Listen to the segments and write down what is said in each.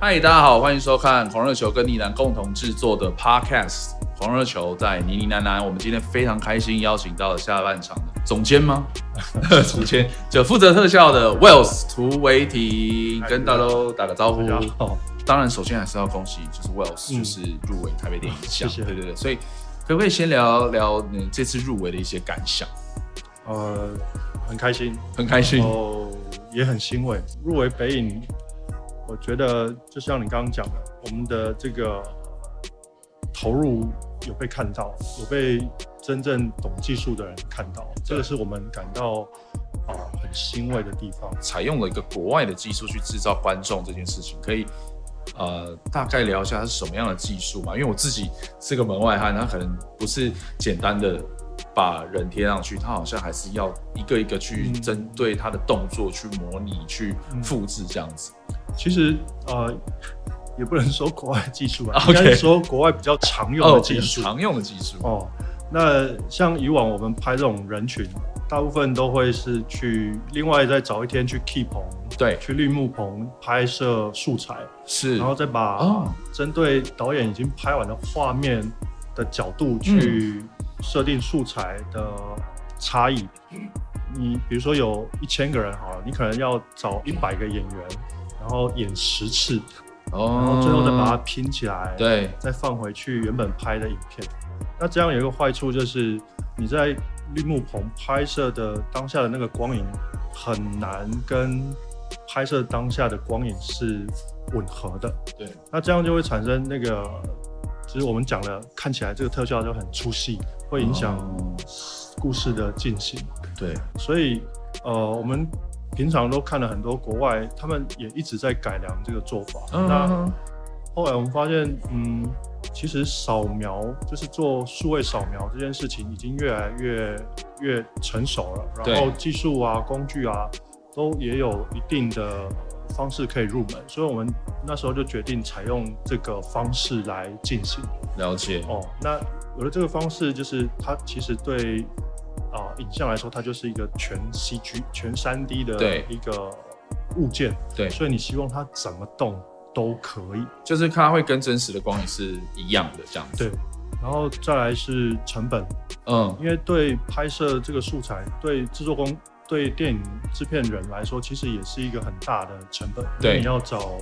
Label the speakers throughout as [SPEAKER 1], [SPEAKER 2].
[SPEAKER 1] 嗨，大家好，欢迎收看狂热球跟倪楠共同制作的 Podcast《狂热球在倪倪楠楠》。我们今天非常开心，邀请到了下半场的总监 吗？总监就负责特效的 Wells 涂维提，跟大家打个招呼。
[SPEAKER 2] 大家好，
[SPEAKER 1] 当然，首先还是要恭喜，就是 Wells
[SPEAKER 2] 嗯
[SPEAKER 1] 就是入围台北电影奖，
[SPEAKER 2] 谢谢
[SPEAKER 1] 对对对。所以可不可以先聊聊你这次入围的一些感想？嗯
[SPEAKER 2] 呃，很开心，
[SPEAKER 1] 很开心
[SPEAKER 2] 然，后也很欣慰，入围北影，我觉得就像你刚刚讲的，我们的这个投入有被看到，有被真正懂技术的人看到，这个是我们感到啊、很欣慰的地方。
[SPEAKER 1] 采用了一个国外的技术去制造观众这件事情，可以呃大概聊一下它是什么样的技术嘛？因为我自己是个门外汉，它可能不是简单的把人贴上去，它好像还是要一个一个去
[SPEAKER 2] 嗯
[SPEAKER 1] 针对它的动作去模拟、去复制这样子。
[SPEAKER 2] 其实呃，也不能说国外技术吧
[SPEAKER 1] OK
[SPEAKER 2] 应该是说国外比较常用的技术。
[SPEAKER 1] 常用的技术，
[SPEAKER 2] 哦，那像以往我们拍这种人群，大部分都会是去另外再找一天去 key 棚，
[SPEAKER 1] 对，
[SPEAKER 2] 去绿幕棚拍摄素材，
[SPEAKER 1] 是
[SPEAKER 2] 然，后再把
[SPEAKER 1] 哦
[SPEAKER 2] 针对导演已经拍完的画面的角
[SPEAKER 1] 嗯
[SPEAKER 2] 度去设定素材的差异。你比如说有一千个人好了，你可能要找一百个演员，然后演十次，然后最后再把
[SPEAKER 1] 哦
[SPEAKER 2] 它拼起来，
[SPEAKER 1] 对，
[SPEAKER 2] 再放回去原本拍的影片。那这样有一个坏处就是，你在绿幕棚拍摄的当下的那个光影很难跟拍摄当下的光影是吻合的。
[SPEAKER 1] 对，
[SPEAKER 2] 那这样就会产生那个，就是我们讲的，看起来这个特效就很出戏，会影响
[SPEAKER 1] 哦
[SPEAKER 2] 故事的进行。
[SPEAKER 1] 对，
[SPEAKER 2] 所以呃，我们平常都看了很多国外，他们也一直在改良这个做法。那
[SPEAKER 1] 嗯，
[SPEAKER 2] 后来我们发现，嗯，其实扫描就是做数位扫描这件事情已经越来越越成熟了，
[SPEAKER 1] 对
[SPEAKER 2] 然后技术啊、工具啊都也有一定的方式可以入门，所以我们那时候就决定采用这个方式来进行。
[SPEAKER 1] 了解，
[SPEAKER 2] 哦，那有了这个方式，就是它其实对啊、影像来说，它就是一个全 CG、全 3D 的
[SPEAKER 1] 对
[SPEAKER 2] 一个物件，
[SPEAKER 1] 对，
[SPEAKER 2] 所以你希望它怎么动都可以。
[SPEAKER 1] 就是它会跟真实的光影是一样的这样子，
[SPEAKER 2] 对，然后再来是成本，
[SPEAKER 1] 嗯，
[SPEAKER 2] 因为对拍摄这个素材，对制作工、对电影制片人来说，其实也是一个很大的成本。因为
[SPEAKER 1] 对
[SPEAKER 2] 你要找，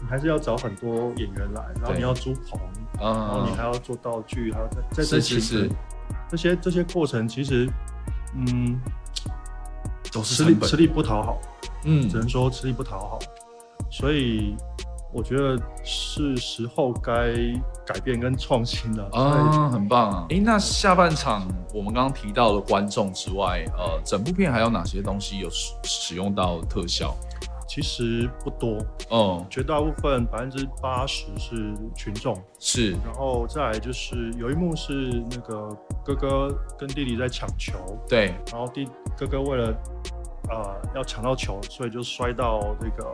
[SPEAKER 2] 你还是要找很多演员来，然后
[SPEAKER 1] 对
[SPEAKER 2] 你要租棚，然后
[SPEAKER 1] 嗯
[SPEAKER 2] 你还要做道具，还要再再
[SPEAKER 1] 是是
[SPEAKER 2] 再请
[SPEAKER 1] 是
[SPEAKER 2] 人，这些这些过程其实，嗯，
[SPEAKER 1] 都
[SPEAKER 2] 吃力吃力不讨好，
[SPEAKER 1] 嗯
[SPEAKER 2] 只能说吃力不讨好。所以我觉得是时候该改变跟创新了。所以
[SPEAKER 1] 啊，很棒啊！诶，那下半场我们刚刚提到了观众之外，呃，整部片还有哪些东西有使使用到特效？
[SPEAKER 2] 其实不多，
[SPEAKER 1] 嗯，
[SPEAKER 2] 绝大部分百分之八十是群众，
[SPEAKER 1] 是
[SPEAKER 2] 然后再来就是有一幕是那个哥哥跟弟弟在抢球，
[SPEAKER 1] 对，
[SPEAKER 2] 然后弟哥哥为了呃要抢到球，所以就摔到这个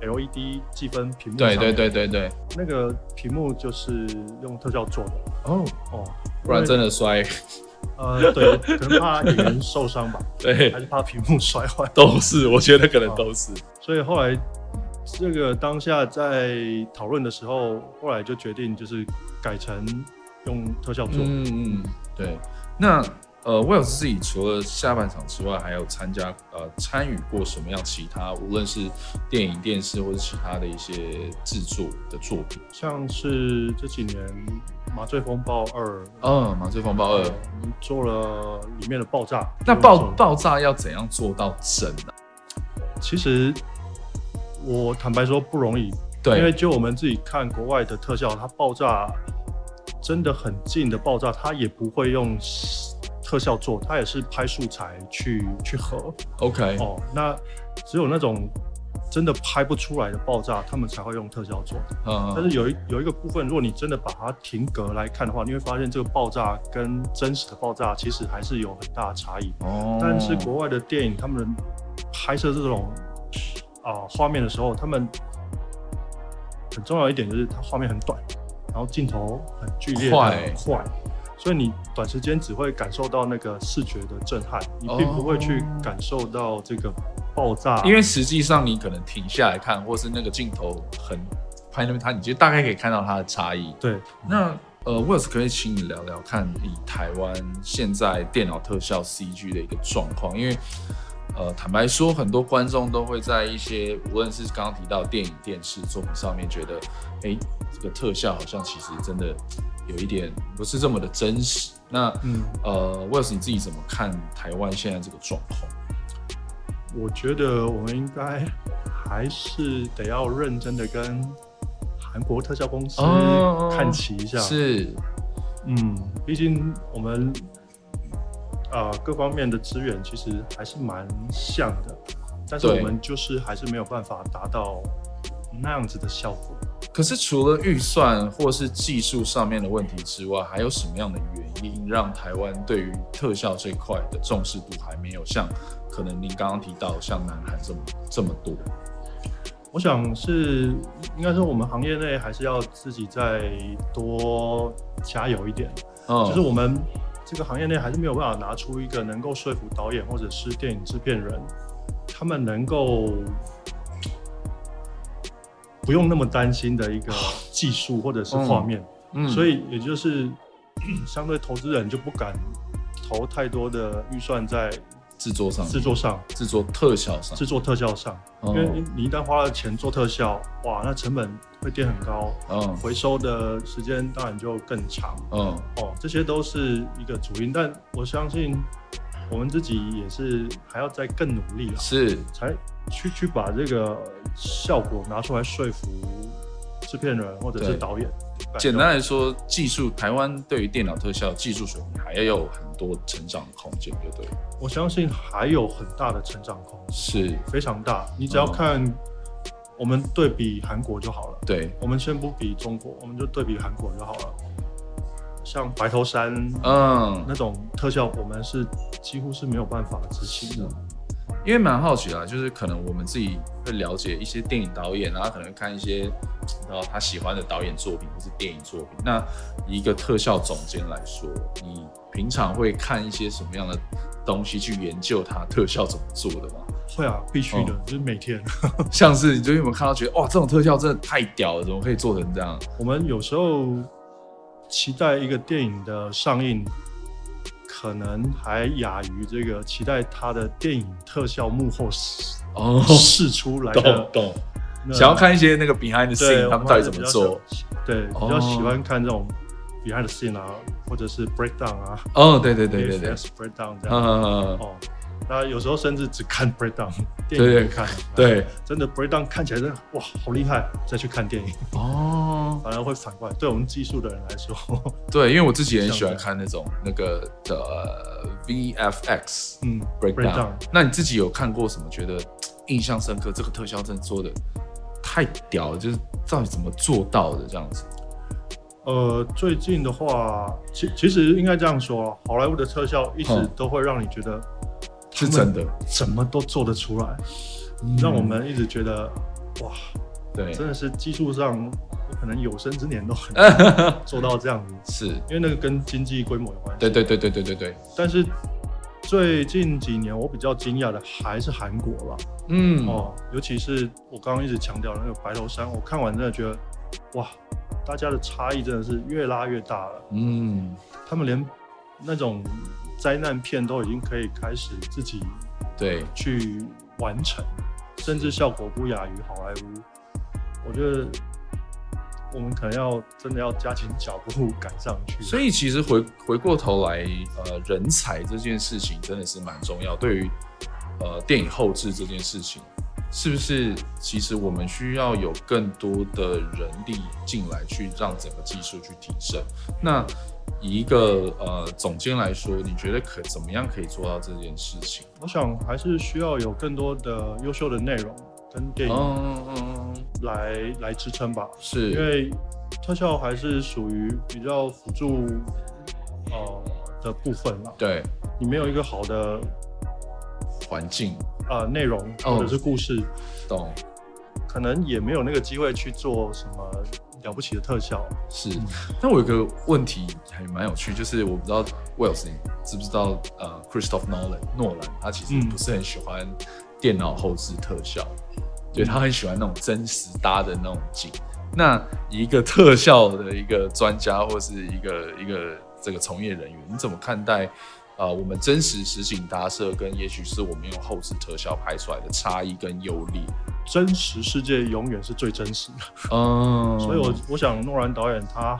[SPEAKER 2] LED 计分屏幕上
[SPEAKER 1] 对
[SPEAKER 2] 面
[SPEAKER 1] 对对对对，
[SPEAKER 2] 那个屏幕就是用特效做的
[SPEAKER 1] 哦，
[SPEAKER 2] 哦，
[SPEAKER 1] 不然
[SPEAKER 2] 因为
[SPEAKER 1] 真的摔，
[SPEAKER 2] 呃对，可能怕演员受 伤吧，
[SPEAKER 1] 对
[SPEAKER 2] 还，是怕屏幕摔坏，
[SPEAKER 1] 都是，我觉得可能都是，
[SPEAKER 2] 所以后来这个当下在讨论的时候，后来就决定就是改成用特效做。
[SPEAKER 1] 嗯嗯，对。那呃，威尔斯自己除了下半场之外，还有参加呃参与过什么样其他，无论是电影、电视或是其他的一些制作的作品？
[SPEAKER 2] 像是这几年《麻醉风暴二》
[SPEAKER 1] 嗯，麻醉风暴二。
[SPEAKER 2] 我们做了里面的爆炸。
[SPEAKER 1] 那爆
[SPEAKER 2] 爆，
[SPEAKER 1] 爆炸要怎样做到真啊？
[SPEAKER 2] 其实我坦白说不容易，
[SPEAKER 1] 对，
[SPEAKER 2] 因为就我们自己看国外的特效，它爆炸真的很近的爆炸，它也不会用特效做，它也是拍素材去去合。
[SPEAKER 1] OK，
[SPEAKER 2] 哦，那只有那种真的拍不出来的爆炸，他们才会用特效做。
[SPEAKER 1] 嗯，
[SPEAKER 2] 但是有一有一个部分，如果你真的把它停格来看的话，你会发现这个爆炸跟真实的爆炸其实还是有很大的差异。
[SPEAKER 1] 哦，
[SPEAKER 2] 但是国外的电影，他们拍摄这种啊画、面的时候，他们很重要一点就是它画面很短，然后镜头很剧烈、
[SPEAKER 1] 快
[SPEAKER 2] 很快，所以你短时间只会感受到那个视觉的震撼，你并不会去感受到这个爆炸，
[SPEAKER 1] 哦因为实际上你可能停下来看，或是那个镜头很拍那边他，你就大概可以看到它的差异。
[SPEAKER 2] 对
[SPEAKER 1] 那呃，Wells 可以请你聊聊看，以台湾现在电脑特效 CG 的一个状况，因为呃，坦白说，很多观众都会在一些无论是刚刚提到电影、电视作品上面，觉得哎、诶这个特效好像其实真的有一点不是这么的真实。那
[SPEAKER 2] 嗯，
[SPEAKER 1] 呃，Wells 你自己怎么看台湾现在这个状况？
[SPEAKER 2] 我觉得我们应该还是得要认真的跟韩国特效公司
[SPEAKER 1] 哦
[SPEAKER 2] 看齐一下。，
[SPEAKER 1] 是，
[SPEAKER 2] 嗯，毕竟我们呃各方面的资源其实还是蛮像的，但是
[SPEAKER 1] 对
[SPEAKER 2] 我们就是还是没有办法达到那样子的效果。
[SPEAKER 1] 可是除了预算或是技术上面的问题之外，还有什么样的原因让台湾对于特效这块的重视度还没有像可能您刚刚提到像南韩这么这么多？
[SPEAKER 2] 我想是应该说我们行业内还是要自己再多加油一点。
[SPEAKER 1] 嗯，
[SPEAKER 2] 就是我们这个行业内还是没有办法拿出一个能够说服导演或者是电影制片人，他们能够不用那么担心的一个技术或者是画面，
[SPEAKER 1] 啊嗯
[SPEAKER 2] 所以也就是 相对投资人就不敢投太多的预算在
[SPEAKER 1] 制作上面、
[SPEAKER 2] 制作上、
[SPEAKER 1] 制作特效上，
[SPEAKER 2] 制作特效上，
[SPEAKER 1] 哦
[SPEAKER 2] 因为你一旦花了钱做特效，哇，那成本会变很高，
[SPEAKER 1] 嗯
[SPEAKER 2] 回收的时间当然就更长。
[SPEAKER 1] 嗯
[SPEAKER 2] 哦，这些都是一个主因，但我相信我们自己也是还要再更努力啦，
[SPEAKER 1] 是
[SPEAKER 2] 才去去把这个效果拿出来说服制片人或者
[SPEAKER 1] 对
[SPEAKER 2] 是导演。
[SPEAKER 1] 简单来说，技术台湾对于电脑特效技术水平还要有很多成长空间，就对了，
[SPEAKER 2] 我相信还有很大的成长空间，
[SPEAKER 1] 是
[SPEAKER 2] 非常大。你只要
[SPEAKER 1] 嗯
[SPEAKER 2] 看我们对比韩国就好了，
[SPEAKER 1] 对，
[SPEAKER 2] 我们先不比中国，我们就对比韩国就好了。像白头山
[SPEAKER 1] 嗯，
[SPEAKER 2] 那种特效，我们是几乎是没有办法执行的。
[SPEAKER 1] 因为蛮好奇啊，就是可能我们自己会了解一些电影导演，啊然后可能看一些然后他喜欢的导演作品或是电影作品。那以一个特效总监来说，你平常会看一些什么样的东西去研究他特效怎么做的吗？
[SPEAKER 2] 会啊，必须
[SPEAKER 1] 嗯
[SPEAKER 2] 的，就是每天。
[SPEAKER 1] 像是你最近有没有看到觉得哦哇，这种特效真的太屌了，怎么可以做成这样？
[SPEAKER 2] 我们有时候期待一个电影的上映，可能还亚于这个期待它的电影特效幕后试
[SPEAKER 1] 哦，
[SPEAKER 2] 试出来的。
[SPEAKER 1] 懂，
[SPEAKER 2] 那
[SPEAKER 1] 想要看一些那个 behind the
[SPEAKER 2] 对
[SPEAKER 1] scene 他们到底怎么做？？
[SPEAKER 2] 对，
[SPEAKER 1] 哦
[SPEAKER 2] 比较喜欢看这种 behind the scene 啊，或者是 breakdown 啊，
[SPEAKER 1] 哦，对对对对对，
[SPEAKER 2] VFX breakdown 这样。
[SPEAKER 1] 嗯，
[SPEAKER 2] 哦，那有时候甚至只看 breakdown，
[SPEAKER 1] 对
[SPEAKER 2] 电影不看。
[SPEAKER 1] 对，
[SPEAKER 2] 真的 breakdown 看起来真的哇，好厉害！再去看电影，
[SPEAKER 1] 哦，
[SPEAKER 2] 反而会反过来，对我们技术的人来说，
[SPEAKER 1] 对，因为我自己也很喜欢看那种那个的呃 VFX
[SPEAKER 2] 嗯
[SPEAKER 1] breakdown。
[SPEAKER 2] breakdown
[SPEAKER 1] 那你自己有看过什么觉得嘖印象深刻？这个特效真的做的太屌了，就是到底怎么做到的这样子？
[SPEAKER 2] 呃，最近的话，其其实应该这样说啊，好莱坞的特效一直
[SPEAKER 1] 嗯
[SPEAKER 2] 都会让你觉得
[SPEAKER 1] 是真的，
[SPEAKER 2] 什么都做得出来，让我们一直觉得哇，
[SPEAKER 1] 对
[SPEAKER 2] 真的是技术上可能有生之年都很做到这样子，
[SPEAKER 1] 是，
[SPEAKER 2] 因为那个跟经济规模有关系。
[SPEAKER 1] 对对对对对对对，
[SPEAKER 2] 但是最近几年我比较惊讶的还是韩国了、
[SPEAKER 1] 嗯，
[SPEAKER 2] 哦，尤其是我刚刚一直强调的那个白头山，我看完真的觉得哇，大家的差异真的是越拉越大了。
[SPEAKER 1] 嗯，
[SPEAKER 2] 他们连那种灾难片都已经可以开始自己
[SPEAKER 1] 对，
[SPEAKER 2] 去完成，甚至效果不亚于好莱坞。我觉得我们可能要真的要加紧脚步赶上去。
[SPEAKER 1] 所
[SPEAKER 2] 以，
[SPEAKER 1] 以其实回回过头来，呃，人才这件事情真的是蛮重要。对于呃电影后置这件事情，是不是其实我们需要有更多的人力进来，去让整个技术去提升？那以一个呃总监来说，你觉得可怎么样可以做到这件事情？
[SPEAKER 2] 我想还是需要有更多的优秀的内容跟电影
[SPEAKER 1] 嗯嗯嗯，嗯
[SPEAKER 2] 来、来支撑吧，因
[SPEAKER 1] 是，
[SPEAKER 2] 为特效还是属于比较辅助呃的部分啦。
[SPEAKER 1] 对
[SPEAKER 2] 你没有一个好的
[SPEAKER 1] 环境
[SPEAKER 2] 呃内容
[SPEAKER 1] 哦
[SPEAKER 2] 或者是故事。
[SPEAKER 1] 懂
[SPEAKER 2] 可能也没有那个机会去做什么了不起的特效。
[SPEAKER 1] 是，
[SPEAKER 2] 嗯
[SPEAKER 1] 那我有个问题还蛮有趣，就是我不知道 Wells 你知不知道呃 Christopher Nolan 诺兰，他其实
[SPEAKER 2] 嗯
[SPEAKER 1] 不是很喜欢电脑后置特效，对他很喜欢那种真实搭的那种景。那以一个特效的一个专家或是一个一个这个从业人员，你怎么看待啊、呃我们真实实景搭设跟也许是我们用后置特效拍出来的差异跟优劣？
[SPEAKER 2] 真实世界永远是最真实的，
[SPEAKER 1] 嗯，
[SPEAKER 2] 所以我我想诺兰导演他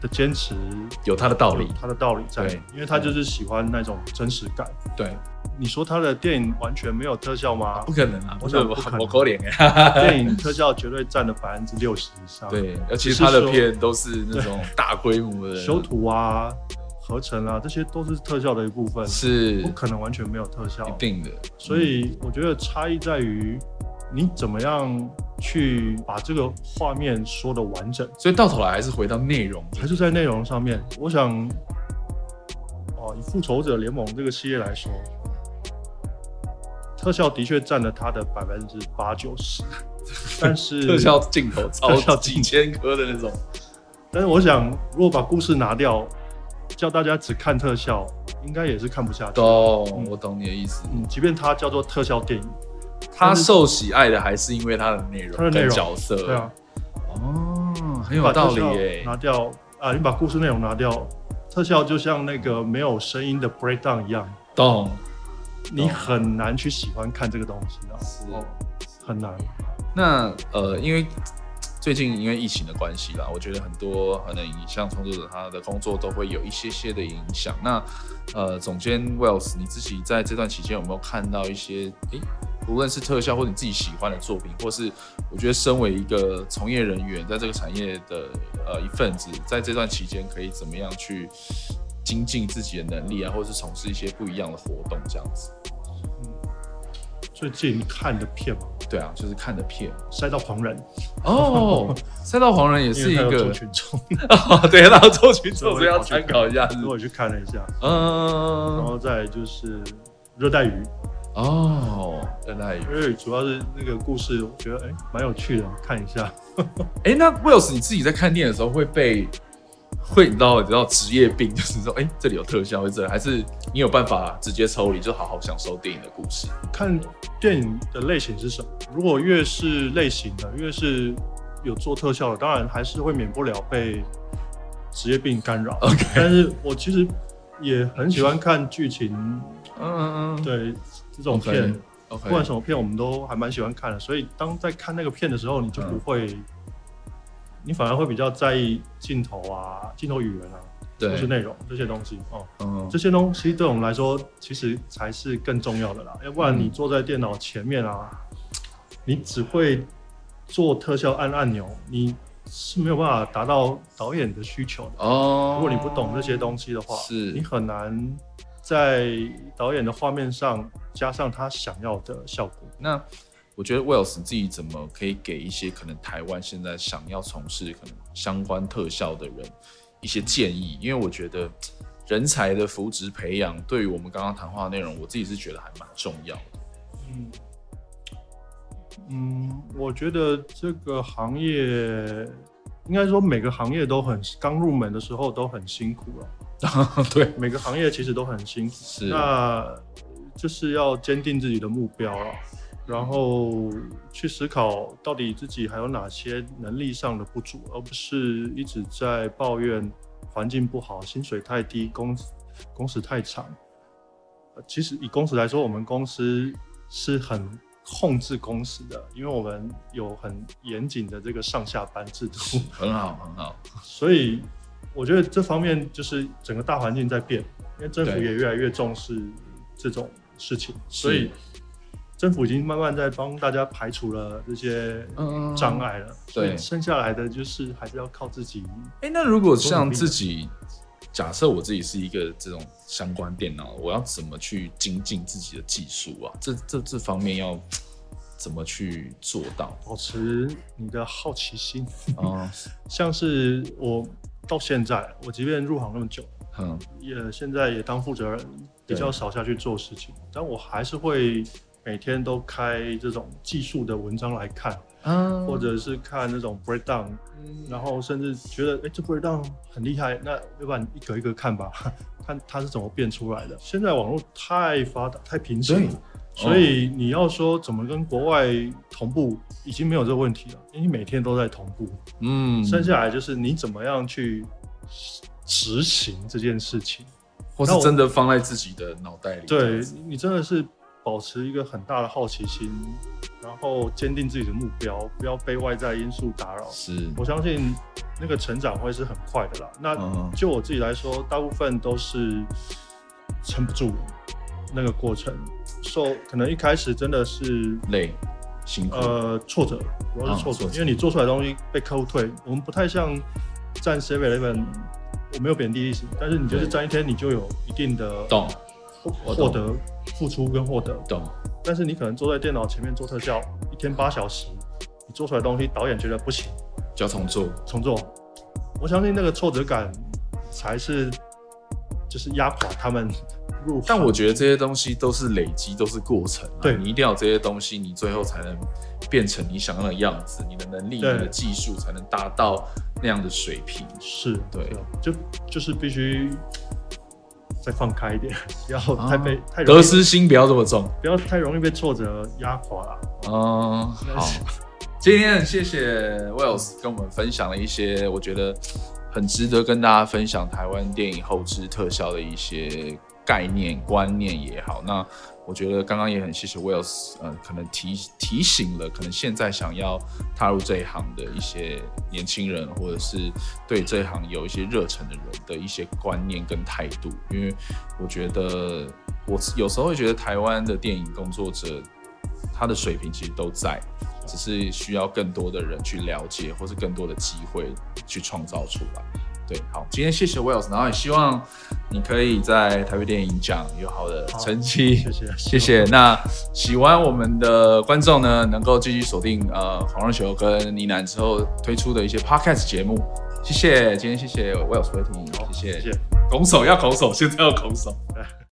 [SPEAKER 2] 的坚持
[SPEAKER 1] 有他的道理
[SPEAKER 2] 有，他的道理在
[SPEAKER 1] 对，
[SPEAKER 2] 因为他就是喜欢那种真实感。
[SPEAKER 1] 对，
[SPEAKER 2] 你说他的电影完全没有特效吗
[SPEAKER 1] 不？可能啊，
[SPEAKER 2] 我
[SPEAKER 1] 是
[SPEAKER 2] 想不可能
[SPEAKER 1] 我勾脸哎，
[SPEAKER 2] 电影特效绝对占了百分之六十以上。，
[SPEAKER 1] 对，而其
[SPEAKER 2] 啊只
[SPEAKER 1] 实
[SPEAKER 2] 是
[SPEAKER 1] 他的
[SPEAKER 2] 说
[SPEAKER 1] 片都是那种大规模 的
[SPEAKER 2] 修图啊、合成啊，这些都是特效的一部分，
[SPEAKER 1] 是
[SPEAKER 2] 不可能完全没有特效
[SPEAKER 1] 一。定的，
[SPEAKER 2] 所以我觉得差异在于你怎么样去把这个画面说的完整，
[SPEAKER 1] 所以到头来还是回到内容，
[SPEAKER 2] 还是在内容上面。我想，哦，以复仇者联盟这个系列来说，特效的确占了它的百分之八九 十，但是
[SPEAKER 1] 特效镜头
[SPEAKER 2] 特
[SPEAKER 1] 超
[SPEAKER 2] 效
[SPEAKER 1] 几千颗的那 种，
[SPEAKER 2] 但是我想，如果把故事拿掉，叫大家只看特效，应该也是看不下去。
[SPEAKER 1] 啊懂，我懂你的意思。
[SPEAKER 2] 嗯，即便它叫做特效电影，
[SPEAKER 1] 他受喜爱的还是因为他的内
[SPEAKER 2] 它
[SPEAKER 1] 容
[SPEAKER 2] 的内
[SPEAKER 1] 跟
[SPEAKER 2] 容
[SPEAKER 1] 角色，
[SPEAKER 2] 对啊，
[SPEAKER 1] 哦，很
[SPEAKER 2] 你
[SPEAKER 1] 有
[SPEAKER 2] 把
[SPEAKER 1] 道
[SPEAKER 2] 特
[SPEAKER 1] 理
[SPEAKER 2] 效
[SPEAKER 1] 耶，
[SPEAKER 2] 拿掉啊，你把故事内容拿掉，特效就像那个没有声音的 breakdown 一样，
[SPEAKER 1] 懂，
[SPEAKER 2] 你很难去喜欢看这个东西啊，
[SPEAKER 1] 是
[SPEAKER 2] 哦很难。
[SPEAKER 1] 那呃，因为最近因为疫情的关系啦，我觉得很多可能影像创作者他的工作都会有一些些的影响。那呃，总监 Wells，你自己在这段期间有没有看到一些诶，无论是特效或者你自己喜欢的作品，或是我觉得身为一个从业人员，在这个产业的呃一份子，在这段期间可以怎么样去精进自己的能力啊，或是从事一些不一样的活动这样子？
[SPEAKER 2] 最近看的片嘛，
[SPEAKER 1] 对啊，就是看的片
[SPEAKER 2] 塞到狂人，
[SPEAKER 1] 哦，赛道黄人也
[SPEAKER 2] 因
[SPEAKER 1] 是
[SPEAKER 2] 为
[SPEAKER 1] 一
[SPEAKER 2] 它有
[SPEAKER 1] 个
[SPEAKER 2] 周群众，
[SPEAKER 1] 哦，对，然后周群
[SPEAKER 2] 所以
[SPEAKER 1] 众
[SPEAKER 2] 我
[SPEAKER 1] 所以
[SPEAKER 2] 就
[SPEAKER 1] 要
[SPEAKER 2] 跑去
[SPEAKER 1] 参
[SPEAKER 2] 看
[SPEAKER 1] 考一下是
[SPEAKER 2] 所以我去看了一下，然
[SPEAKER 1] 嗯，
[SPEAKER 2] 后再来就是热带鱼。
[SPEAKER 1] 哦，原来有。
[SPEAKER 2] 因为主要是那个故事，我觉得哎蛮、有趣的，看一下。
[SPEAKER 1] 哎，那 Wills 你自己在看电影的时候会被会你知道你知道职业病，就是说，哎，这里有特效，或者这里还是你有办法直接抽离，就好好享受电影的故事。
[SPEAKER 2] 看电影的类型是什么？如果越是类型的，越是有做特效的，当然还是会免不了被职业病干扰。
[SPEAKER 1] OK
[SPEAKER 2] 但是我其实也很喜欢看剧情，
[SPEAKER 1] 嗯嗯嗯，
[SPEAKER 2] 对这种片
[SPEAKER 1] OK，
[SPEAKER 2] 不
[SPEAKER 1] ，OK，
[SPEAKER 2] 管什么片，我们都还蛮喜欢看的。所以当在看那个片的时候，你就不会，你反而会比较在意镜头啊、镜头语言啊、故事
[SPEAKER 1] 对，
[SPEAKER 2] 内容这些东西哦。
[SPEAKER 1] 嗯
[SPEAKER 2] 这些东西对我们来说，其实才是更重要的啦。要不然
[SPEAKER 1] 嗯
[SPEAKER 2] 你坐在电脑前面啊，你只会做特效、按按钮，你是没有办法达到导演的需求的。
[SPEAKER 1] 哦，
[SPEAKER 2] 如果你不懂这些东西的话，
[SPEAKER 1] 是
[SPEAKER 2] 你很难在导演的画面上加上他想要的效果。
[SPEAKER 1] 那我觉得 Wells 自己怎么可以给一些可能台湾现在想要从事可能相关特效的人一些建议？因为我觉得嘖人才的扶植培养，对于我们刚刚谈话的内容，我自己是觉得还蛮重要的。
[SPEAKER 2] 嗯，嗯，我觉得这个行业，应该说每个行业都很刚入门的时候都很辛苦了、
[SPEAKER 1] 对，
[SPEAKER 2] 每个行业其实都很辛苦，
[SPEAKER 1] 是
[SPEAKER 2] 那就是要坚定自己的目标了，然后去思考到底自己还有哪些能力上的不足，而不是一直在抱怨环境不好、薪水太低、工工时太长。呃其实以工时来说，我们公司是很控制工时的，因为我们有很严谨的这个上下班制度。
[SPEAKER 1] 很好，很好，
[SPEAKER 2] 所以我觉得这方面就是整个大环境在变，因为政府
[SPEAKER 1] 对
[SPEAKER 2] 也越来越重视这种事情，
[SPEAKER 1] 是
[SPEAKER 2] 所以政府已经慢慢在帮大家排除了这些
[SPEAKER 1] 嗯
[SPEAKER 2] 障。碍了。所
[SPEAKER 1] 对
[SPEAKER 2] 以剩下来的就是还是要靠自己。
[SPEAKER 1] 哎、那如果像自己，假设我自己是一个这种相关电脑，我要怎么去精进自己的技术啊？这这这方面要嘖怎么去做到？
[SPEAKER 2] 保持你的好奇心，
[SPEAKER 1] 哦，
[SPEAKER 2] 像是我到现在，我即便入行那么久，
[SPEAKER 1] 嗯，
[SPEAKER 2] 也现在也当负责人，比
[SPEAKER 1] 对
[SPEAKER 2] 较少下去做事情，但我还是会每天都开这种技术的文章来看，
[SPEAKER 1] 嗯
[SPEAKER 2] 啊或者是看那种 breakdown，然后甚至觉得哎、诶这 breakdown 很厉害，那要不然一个一个看吧，看它是怎么变出来的。现在网络太发达，太平行
[SPEAKER 1] 对
[SPEAKER 2] 了，所以你要说怎么跟国外同步，已经没有这个问题了，因为你每天都在同步。
[SPEAKER 1] 嗯，
[SPEAKER 2] 剩下来就是你怎么样去执行这件事情。
[SPEAKER 1] 或是真的放在自己的脑袋里。这
[SPEAKER 2] 对
[SPEAKER 1] 样子
[SPEAKER 2] 你真的是保持一个很大的好奇心，然后坚定自己的目标，不要被外在因素打扰。
[SPEAKER 1] 是，
[SPEAKER 2] 我相信那个成长会是很快的啦。那
[SPEAKER 1] 嗯，
[SPEAKER 2] 就我自己来说，大部分都是撑不住那个过程，受可能一开始真的是
[SPEAKER 1] 累，辛苦，
[SPEAKER 2] 呃挫折，主要是挫
[SPEAKER 1] 嗯挫
[SPEAKER 2] 折，
[SPEAKER 1] 折
[SPEAKER 2] 因为你做出来的东西被客户退，我们不太像站 Seven Eleven，我没有贬低意思，但是你就是
[SPEAKER 1] 对
[SPEAKER 2] 站一天，你就有一定的
[SPEAKER 1] 懂我懂
[SPEAKER 2] 获得付出跟获得，
[SPEAKER 1] 懂，
[SPEAKER 2] 但是你可能坐在电脑前面做特效，一天八小时，你做出来的东西导演觉得不行，
[SPEAKER 1] 就要重做。
[SPEAKER 2] 重做。我相信那个挫折感才是就是压垮他们入行。
[SPEAKER 1] 但我觉得这些东西都是累积，都是过程、啊。
[SPEAKER 2] 对
[SPEAKER 1] 你一定要有这些东西，你最后才能变成你想要的样子，你的能力、你
[SPEAKER 2] 对
[SPEAKER 1] 的技术才能达到那样的水平。
[SPEAKER 2] 是
[SPEAKER 1] 对
[SPEAKER 2] 是啊就就是必须再放开一点， 不要太被、太
[SPEAKER 1] 啊
[SPEAKER 2] 容
[SPEAKER 1] 得
[SPEAKER 2] 易
[SPEAKER 1] 失心不要这么重。
[SPEAKER 2] 不要太容易被挫折压垮了。
[SPEAKER 1] 嗯，好，今天很谢谢 Wells 跟我们分享了一些我觉得很值得跟大家分享台湾电影后置特效的一些概念、观念也好。那我觉得刚刚也很谢谢 Wells，呃，可能提提醒了可能现在想要踏入这一行的一些年轻人，或者是对这一行有一些热忱的人的一些观念跟态度。因为我觉得我有时候会觉得台湾的电影工作者他的水平其实都在，只是需要更多的人去了解，或是更多的机会去创造出来。对，好，今天谢谢 Wells，然后也希望你可以在台北电影奖有好的
[SPEAKER 2] 好
[SPEAKER 1] 成绩。
[SPEAKER 2] 谢谢，
[SPEAKER 1] 谢谢。那喜欢我们的观众呢，能够继续锁定呃黄热球跟呢喃之后推出的一些 podcast 节目。谢谢，今天谢谢 Wells 回听，
[SPEAKER 2] 好，
[SPEAKER 1] 谢
[SPEAKER 2] 谢
[SPEAKER 1] 谢
[SPEAKER 2] 谢。。
[SPEAKER 1] 拱手要拱手，现在要拱手。